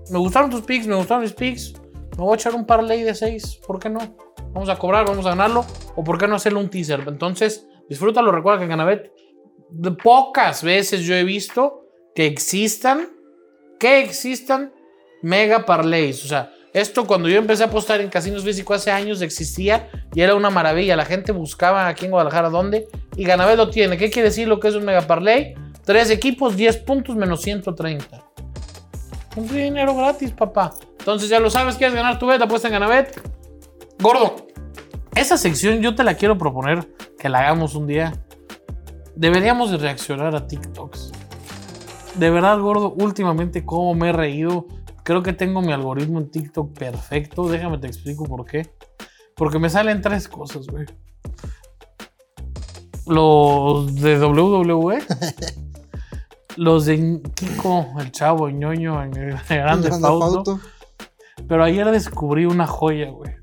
me gustaron tus picks, me gustaron mis picks. Me voy a echar un parlay de 6, ¿por qué no? Vamos a cobrar, vamos a ganarlo. ¿O por qué no hacerle un teaser? Entonces, disfrútalo. Recuerda que en Ganabet, de pocas veces yo he visto que existan que existan mega parlays. O sea, esto cuando yo empecé a apostar en casinos físicos hace años existía y era una maravilla. La gente buscaba aquí en Guadalajara dónde y Ganabet lo tiene. ¿Qué quiere decir lo que es un mega parlay? Tres equipos, 10 puntos menos 130. Un dinero gratis, papá. Entonces ya lo sabes, quieres ganar tu bet, apuesta en Ganabet. Gordo, esa sección yo te la quiero proponer que la hagamos un día. Deberíamos de reaccionar a TikToks. De verdad, gordo, últimamente cómo me he reído. Creo que tengo mi algoritmo en TikTok perfecto. Déjame te explico por qué. Porque me salen tres cosas, güey. Los de WWE. los de Kiko, el chavo, el ñoño, en el grande Grand pauto. Theft Auto. Pero ayer descubrí una joya, güey.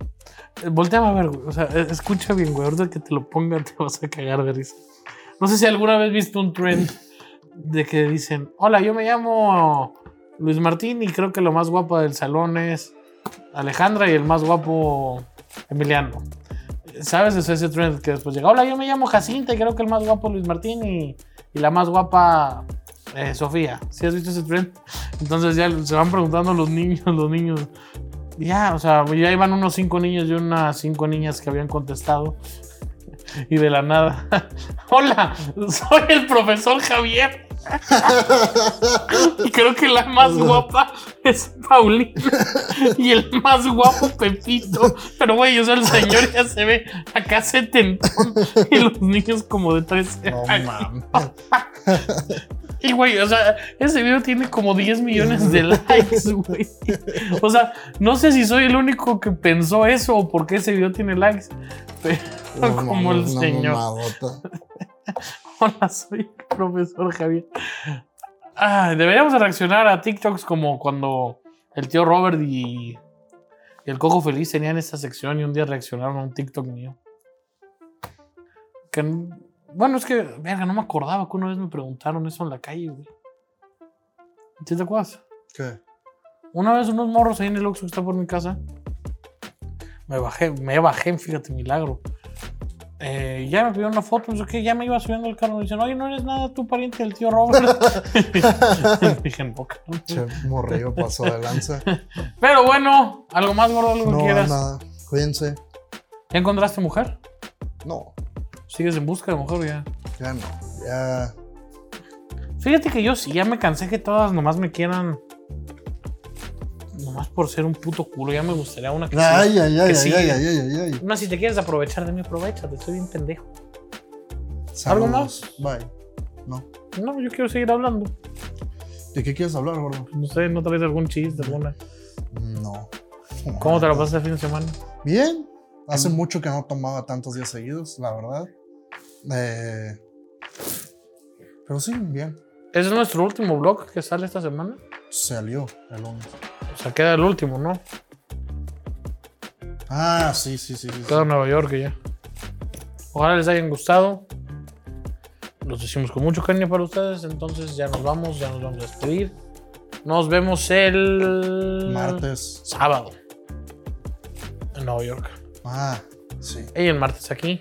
Eh, Volteame a ver, güey. O sea, eh, escucha bien, güey. Ahorita que te lo ponga te vas a cagar de risa. No sé si alguna vez viste un trend de que dicen, hola, yo me llamo Luis Martín y creo que lo más guapo del salón es Alejandra y el más guapo Emiliano. ¿Sabes? O sea, ese trend que después llega, hola, yo me llamo Jacinta y creo que el más guapo es Luis Martín y, y la más guapa eh, Sofía. ¿Sí has visto ese trend? Entonces ya se van preguntando los niños, los niños. Ya, o sea, ya iban unos cinco niños y unas cinco niñas que habían contestado. Y de la nada, hola, soy el profesor Javier. y creo que la más guapa es Paulina. y el más guapo Pepito. Pero güey, o sea, el señor ya se ve acá setentón. Y los niños como de 13 No años. mames. Y, güey, o sea, ese video tiene como 10 millones de likes, güey. O sea, no sé si soy el único que pensó eso o por qué ese video tiene likes. Pero No como el mames, una señor. mamadota. Hola, soy el profesor Javier. Ah, deberíamos de reaccionar a TikToks como cuando el tío Robert y, y el Cojo Feliz tenían esta sección y un día reaccionaron a un TikTok mío. Que, n- bueno, es que, verga, no me acordaba que una vez me preguntaron eso en la calle, güey. ¿Sí te acuerdas? ¿Qué? Una vez unos morros ahí en el Oxxo que está por mi casa. Me bajé, me bajé, fíjate, milagro. Eh, ya me pidieron una foto, no sé qué, ya me iba subiendo el carro. Me dicen, oye, no eres nada tu pariente del tío Robert. Dije, no, cabrón. Che, morrillo pasó de lanza. Pero bueno, algo más gordo, algo No, que quieras. nada. Cuídense. ¿Ya encontraste mujer? No, ¿Sigues en busca de mujer o ya? ya no. Ya. Fíjate que yo sí, ya me cansé que todas nomás me quieran. Nomás por ser un puto culo, ya me gustaría una que sí. Ay, ay, ay, que ay, sigue. ay, ay, ay, ay, ay. No, si te quieres aprovechar de mí, aprovechate, estoy bien pendejo. Saludos. más? Bye. No. No, yo quiero seguir hablando. ¿De qué quieres hablar, gordo? No sé, ¿no traes algún chiste, alguna? No. ¿Cómo te lo pasaste el fin de semana? Bien. Hace mucho que no tomaba tantos días seguidos, la verdad. Eh, pero sí, bien. ¿Ese es nuestro último vlog que sale esta semana? Salió el lunes. O sea, queda el último, ¿no? Ah, sí, sí, sí. sí, sí. Queda Nueva York y ya. Ojalá les hayan gustado. Los decimos con mucho cariño para ustedes. Entonces ya nos vamos, ya nos vamos a despedir. Nos vemos el Martes. sábado en Nueva York. Ah, sí. Y el martes aquí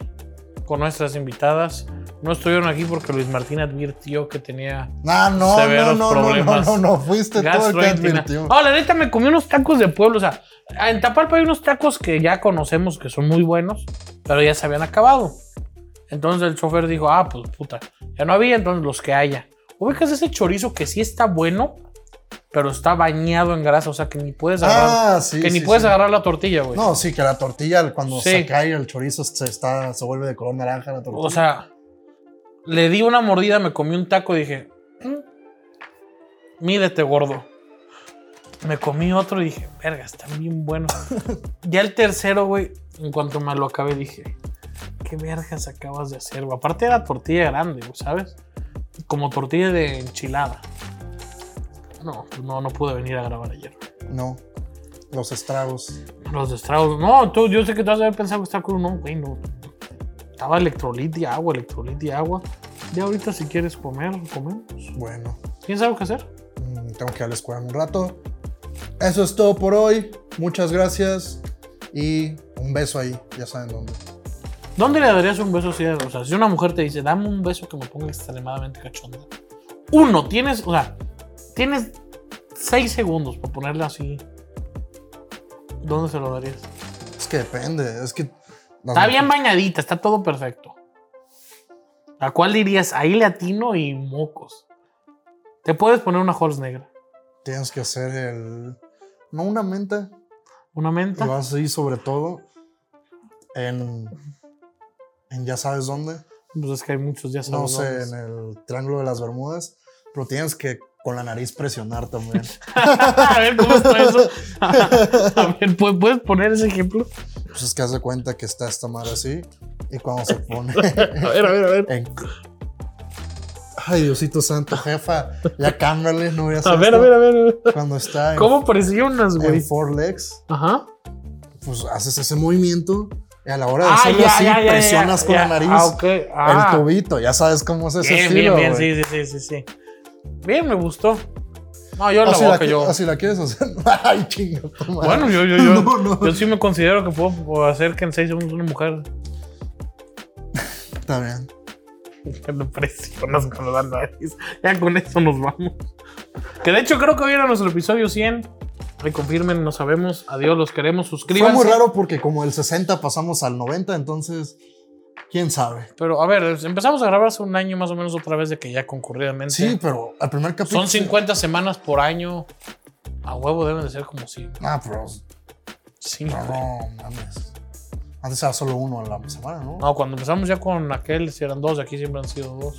con nuestras invitadas. No estuvieron aquí porque Luis Martín advirtió que tenía Ah, no, no, Severos no, no, no, problemas no, no, fuiste todo el que gastrointestinal. advirtió. No, la neta me comí unos tacos de pueblo. O sea, en Tapalpa hay unos tacos que ya conocemos que son muy buenos, pero ya se habían acabado. Entonces el chofer dijo, ah, pues puta, ya no había, entonces los que haya. Ubicas ese chorizo que sí está bueno, pero está bañado en grasa, o sea que ni puedes agarrar, Ah, sí. que ni sí, puedes sí. agarrar la tortilla, güey. No, sí, que la tortilla cuando pues Sí. se cae el chorizo se, está, se vuelve de color naranja la tortilla. O sea, le di una mordida, me comí un taco y dije, "Mm, mídete, gordo. Me comí otro y dije, verga, están bien buenos. ya el tercero, güey, en cuanto me lo acabé, dije, qué vergas acabas de hacer, güey. Aparte era tortilla grande, güey, ¿sabes? Como tortilla de enchilada. No, no, no pude venir a grabar ayer. no, los estragos. Los estragos. No, tú, yo sé que tú vas a haber pensado que estaba con un güey, no. Estaba electrolit y agua, electrolit y agua. Ya ahorita si quieres comer, comemos. Bueno, ¿Tienes algo que hacer? mm, tengo que ir a la escuela en un rato. Eso es todo por hoy. Muchas gracias y un beso ahí, ya saben dónde. ¿Dónde le darías un beso si O sea, si una mujer te dice, dame un beso que me ponga extremadamente cachonda. Uno, tienes, o sea, tienes seis segundos para ponerla así. ¿Dónde se lo darías? Es que depende, es que. las Está mujeres- bien bañadita, está todo perfecto. ¿A cuál dirías? Ahí le atino y mocos. Te puedes poner una horse negra. Tienes que hacer el. No una menta. Una Y menta. vas a ir sobre todo en. En ya sabes dónde. Pues es que hay muchos días. No sé, saludables. en el Triángulo de las Bermudas. Pero tienes que con la nariz presionar también. a ver cómo está eso. a ver, ¿pu- ¿puedes poner ese ejemplo? pues es que haz de cuenta que está esta madre así. Y cuando se pone. A ver, a ver, a ver. en- Ay, Diosito Santo, jefa. Ya cámbiale, no voy a hacer A ver, a esto. ver, a ver. Cuando está en, ¿Cómo presionas, en güey? four legs, Ajá. pues haces ese movimiento. Y a la hora de Ah, hacerlo así, presionas ya, con ya. la nariz. Ah, ok. Ah, El tubito, ya sabes cómo es ese Bien, estilo. bien, bien. güey. Sí, sí, sí, sí, sí. Bien, me gustó. No, yo O la si la, boca, qui- yo. o si la quieres hacer. Ay, chinga. tu madre. Bueno, yo, yo, yo, No, no. yo sí me considero que puedo puedo hacer que en seis segundos una mujer Está bien. que lo presionas con la nariz. Ya con eso nos vamos. Que de hecho creo que hoy era nuestro episodio 100. Reconfirmen, no sabemos. Adiós, los queremos. Fue Suscríbanse. muy raro porque como el 60 pasamos al 90, entonces. Quién sabe. Pero a ver, empezamos a grabar hace un año más o menos otra vez de que ya concurridamente. Sí, pues, pero al primer capítulo. Son 50 semanas por año. A huevo deben de ser como 100. Ah, pero. Cinco. pero No, mames. Antes era solo uno a la semana, ¿no? No, cuando empezamos ya con aquel, si eran dos, aquí siempre han sido dos.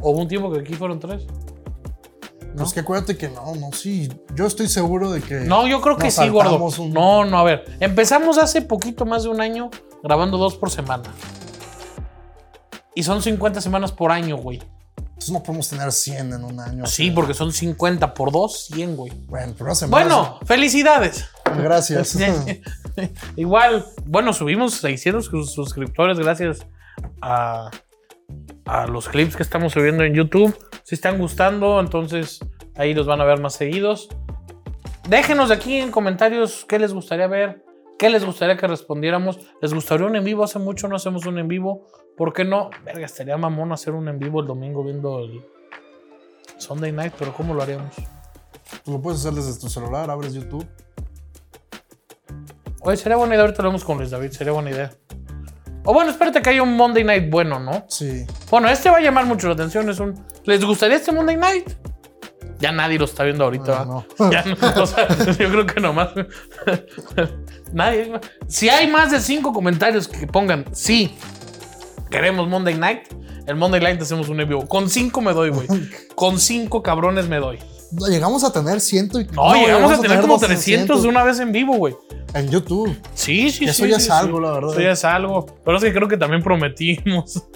Hubo un tiempo que aquí fueron tres. No, es Pues que acuérdate que no, no, sí. Yo estoy seguro de que. No, yo creo que Nos sí, gordo. saltamos un- No, no, a ver. Empezamos hace poquito más de un año grabando dos por semana. Y son 50 semanas por año, güey. Entonces no podemos tener 100 en un año. Sí, porque son 50 por dos, 100, güey. Bueno, pero una semana. Bueno, felicidades. Gracias. Igual, bueno, subimos 600 sus- suscriptores gracias a, a los clips que estamos subiendo en YouTube. Si están gustando, entonces ahí los van a ver más seguidos. Déjenos aquí en comentarios qué les gustaría ver, qué les gustaría que respondiéramos. ¿Les gustaría un en vivo? Hace mucho no hacemos un en vivo. ¿Por qué no? Verga, estaría mamón hacer un en vivo el domingo viendo el Sunday Night, pero ¿cómo lo haríamos? Tú lo puedes hacer desde tu celular, abres YouTube. Oye, sería buena idea, ahorita lo vemos con Luis David, sería buena idea. O bueno, espérate que haya un Monday Night bueno, ¿no? Sí. Bueno, este va a llamar mucho la atención, es un... ¿Les gustaría este Monday Night? Ya nadie lo está viendo ahorita. Ah, ¿va? no. Ya no, o sea, yo creo que nomás... nadie... Si hay más de cinco comentarios que pongan, sí, queremos Monday Night, el Monday Night hacemos un en vivo. Con cinco me doy, güey. Con cinco cabrones me doy. Llegamos a tener ciento y. No, llegamos a tener como 300 200 de una vez en vivo, güey. En YouTube. Sí, sí, Eso sí, ya sí, es sí. algo, la verdad. Eso ya es algo. Pero es que creo que también prometimos.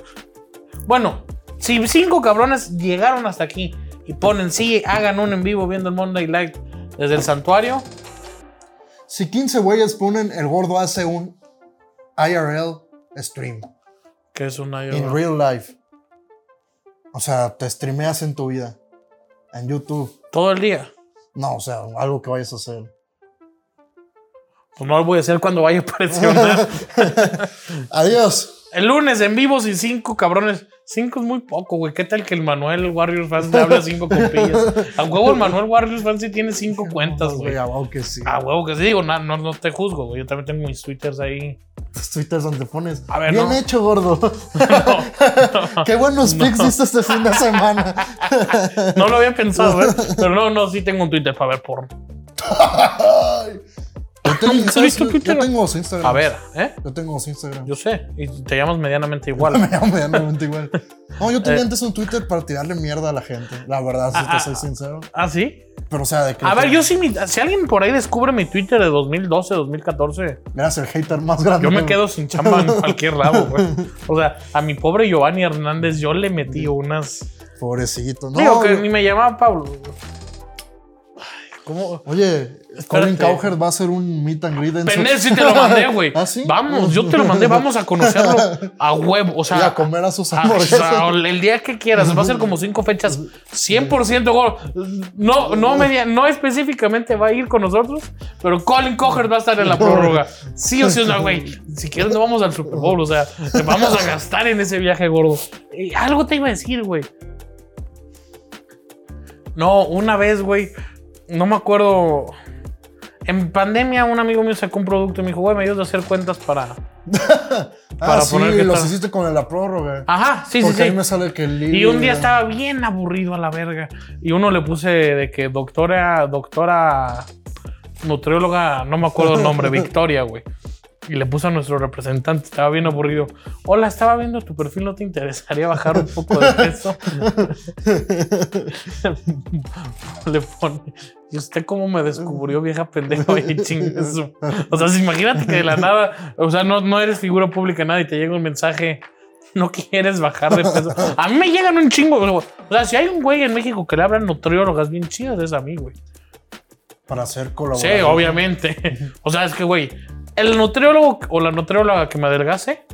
Bueno, si cinco cabrones llegaron hasta aquí y ponen sí, hagan un en vivo viendo el Monday Light desde el santuario, Si 15 güeyes ponen el gordo hace un IRL stream que es una. in real life. O sea, te streameas en tu vida. En YouTube. Todo el día. No, o sea, algo que vayas a hacer. Pues no lo voy a hacer cuando vaya a presionar. Adiós. el lunes en vivo sin cinco cabrones. Cinco es muy poco, güey. ¿Qué tal que el Manuel Warriors Fans te habla cinco copillas? A huevo el Manuel Warriors Fans sí tiene cinco cuentas, güey. Ah. A huevo que sí. A huevo que sí, digo, no, no, no te juzgo, güey. Yo también tengo mis twitters ahí. Tus twitters donde pones. A ver, Bien no. hecho, gordo. Qué buenos pics diste este fin de semana. No lo había pensado, güey. Pero no, no, sí tengo un Twitter para ver porno. Ay. Yo tengo, ¿Has visto yo Twitter? tengo dos Instagram. A ver, ¿eh? Yo tengo dos Instagram. Yo sé. Y te llamas medianamente igual. Me llamo medianamente igual. No, yo tenía antes un Twitter para tirarle mierda a la gente. La verdad, si Eh. Ah, te soy ah, sincero. ¿Ah, sí? Pero, o sea, de que. A ver, yo sí, mi- si alguien por ahí descubre mi Twitter de 2012, 2014, Eras el hater más grande. yo me güey. quedo sin chamba en cualquier lado, güey. O sea, a mi pobre Giovanni Hernández yo le metí unas... Pobrecito. No, Digo que güey. ni me llamaba Pablo. Ay, ¿Cómo? Oye, Colin Espérate. Cowherd va a hacer un meet and greet en su- Penel, sí te lo mandé, güey. ¿Ah, sí? Vamos, yo te lo mandé, vamos a conocerlo a huevo. O sea, Y a comer a sus Ah, hamburguesas. o sea, el día que quieras, va a ser como cinco fechas, 100% gol. No, no, media, no específicamente va a ir con nosotros, pero Colin Cocker va a estar en la prórroga. Sí o sí, o sea, güey. Si quieres, no vamos al Super Bowl, o sea, te vamos a gastar en ese viaje gordo. Eh, algo te iba a decir, güey. No, una vez, güey, no me acuerdo. En pandemia, un amigo mío sacó un producto y me dijo, güey, me ayudas a hacer cuentas para. Ah, para sí, poner que los tal. hiciste con la prórroga. Ajá, sí, Porque sí, sí. ahí me sale que eh, el Y un día Liga- estaba bien aburrido a la verga. Y uno le puse de que doctora, doctora nutrióloga, no me acuerdo el nombre, Victoria, güey. Y le puse a nuestro representante, estaba bien aburrido. Hola, estaba viendo tu perfil, ¿no te interesaría bajar un poco de peso? le pone. ¿Y usted cómo me descubrió, vieja pendejo? Y chingue su- O sea, si imagínate que de la nada, o sea, no, no eres figura pública, nada, y te llega un mensaje, no quieres bajar de peso. A mí me llegan un chingo. O sea, si hay un güey en México que le hablan nutriólogas bien chidas, es a mí, güey. Para hacer Sí, colaboración. obviamente. O sea, es que, güey, el nutriólogo o la nutrióloga que me adelgase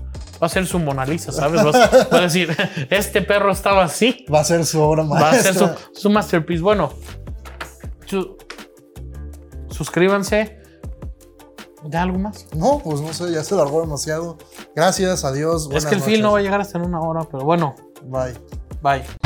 va a ser su Mona Lisa, ¿sabes? Va a, va a decir, este perro estaba así. Va a ser su obra Va a maestra. ser su, su masterpiece. Bueno, su- suscríbanse. ¿Da algo más? No, pues no sé, ya se largó demasiado. Gracias, adiós. es que el buenas Phil no va a noches. llegar hasta en una hora, pero bueno, Bye. bye.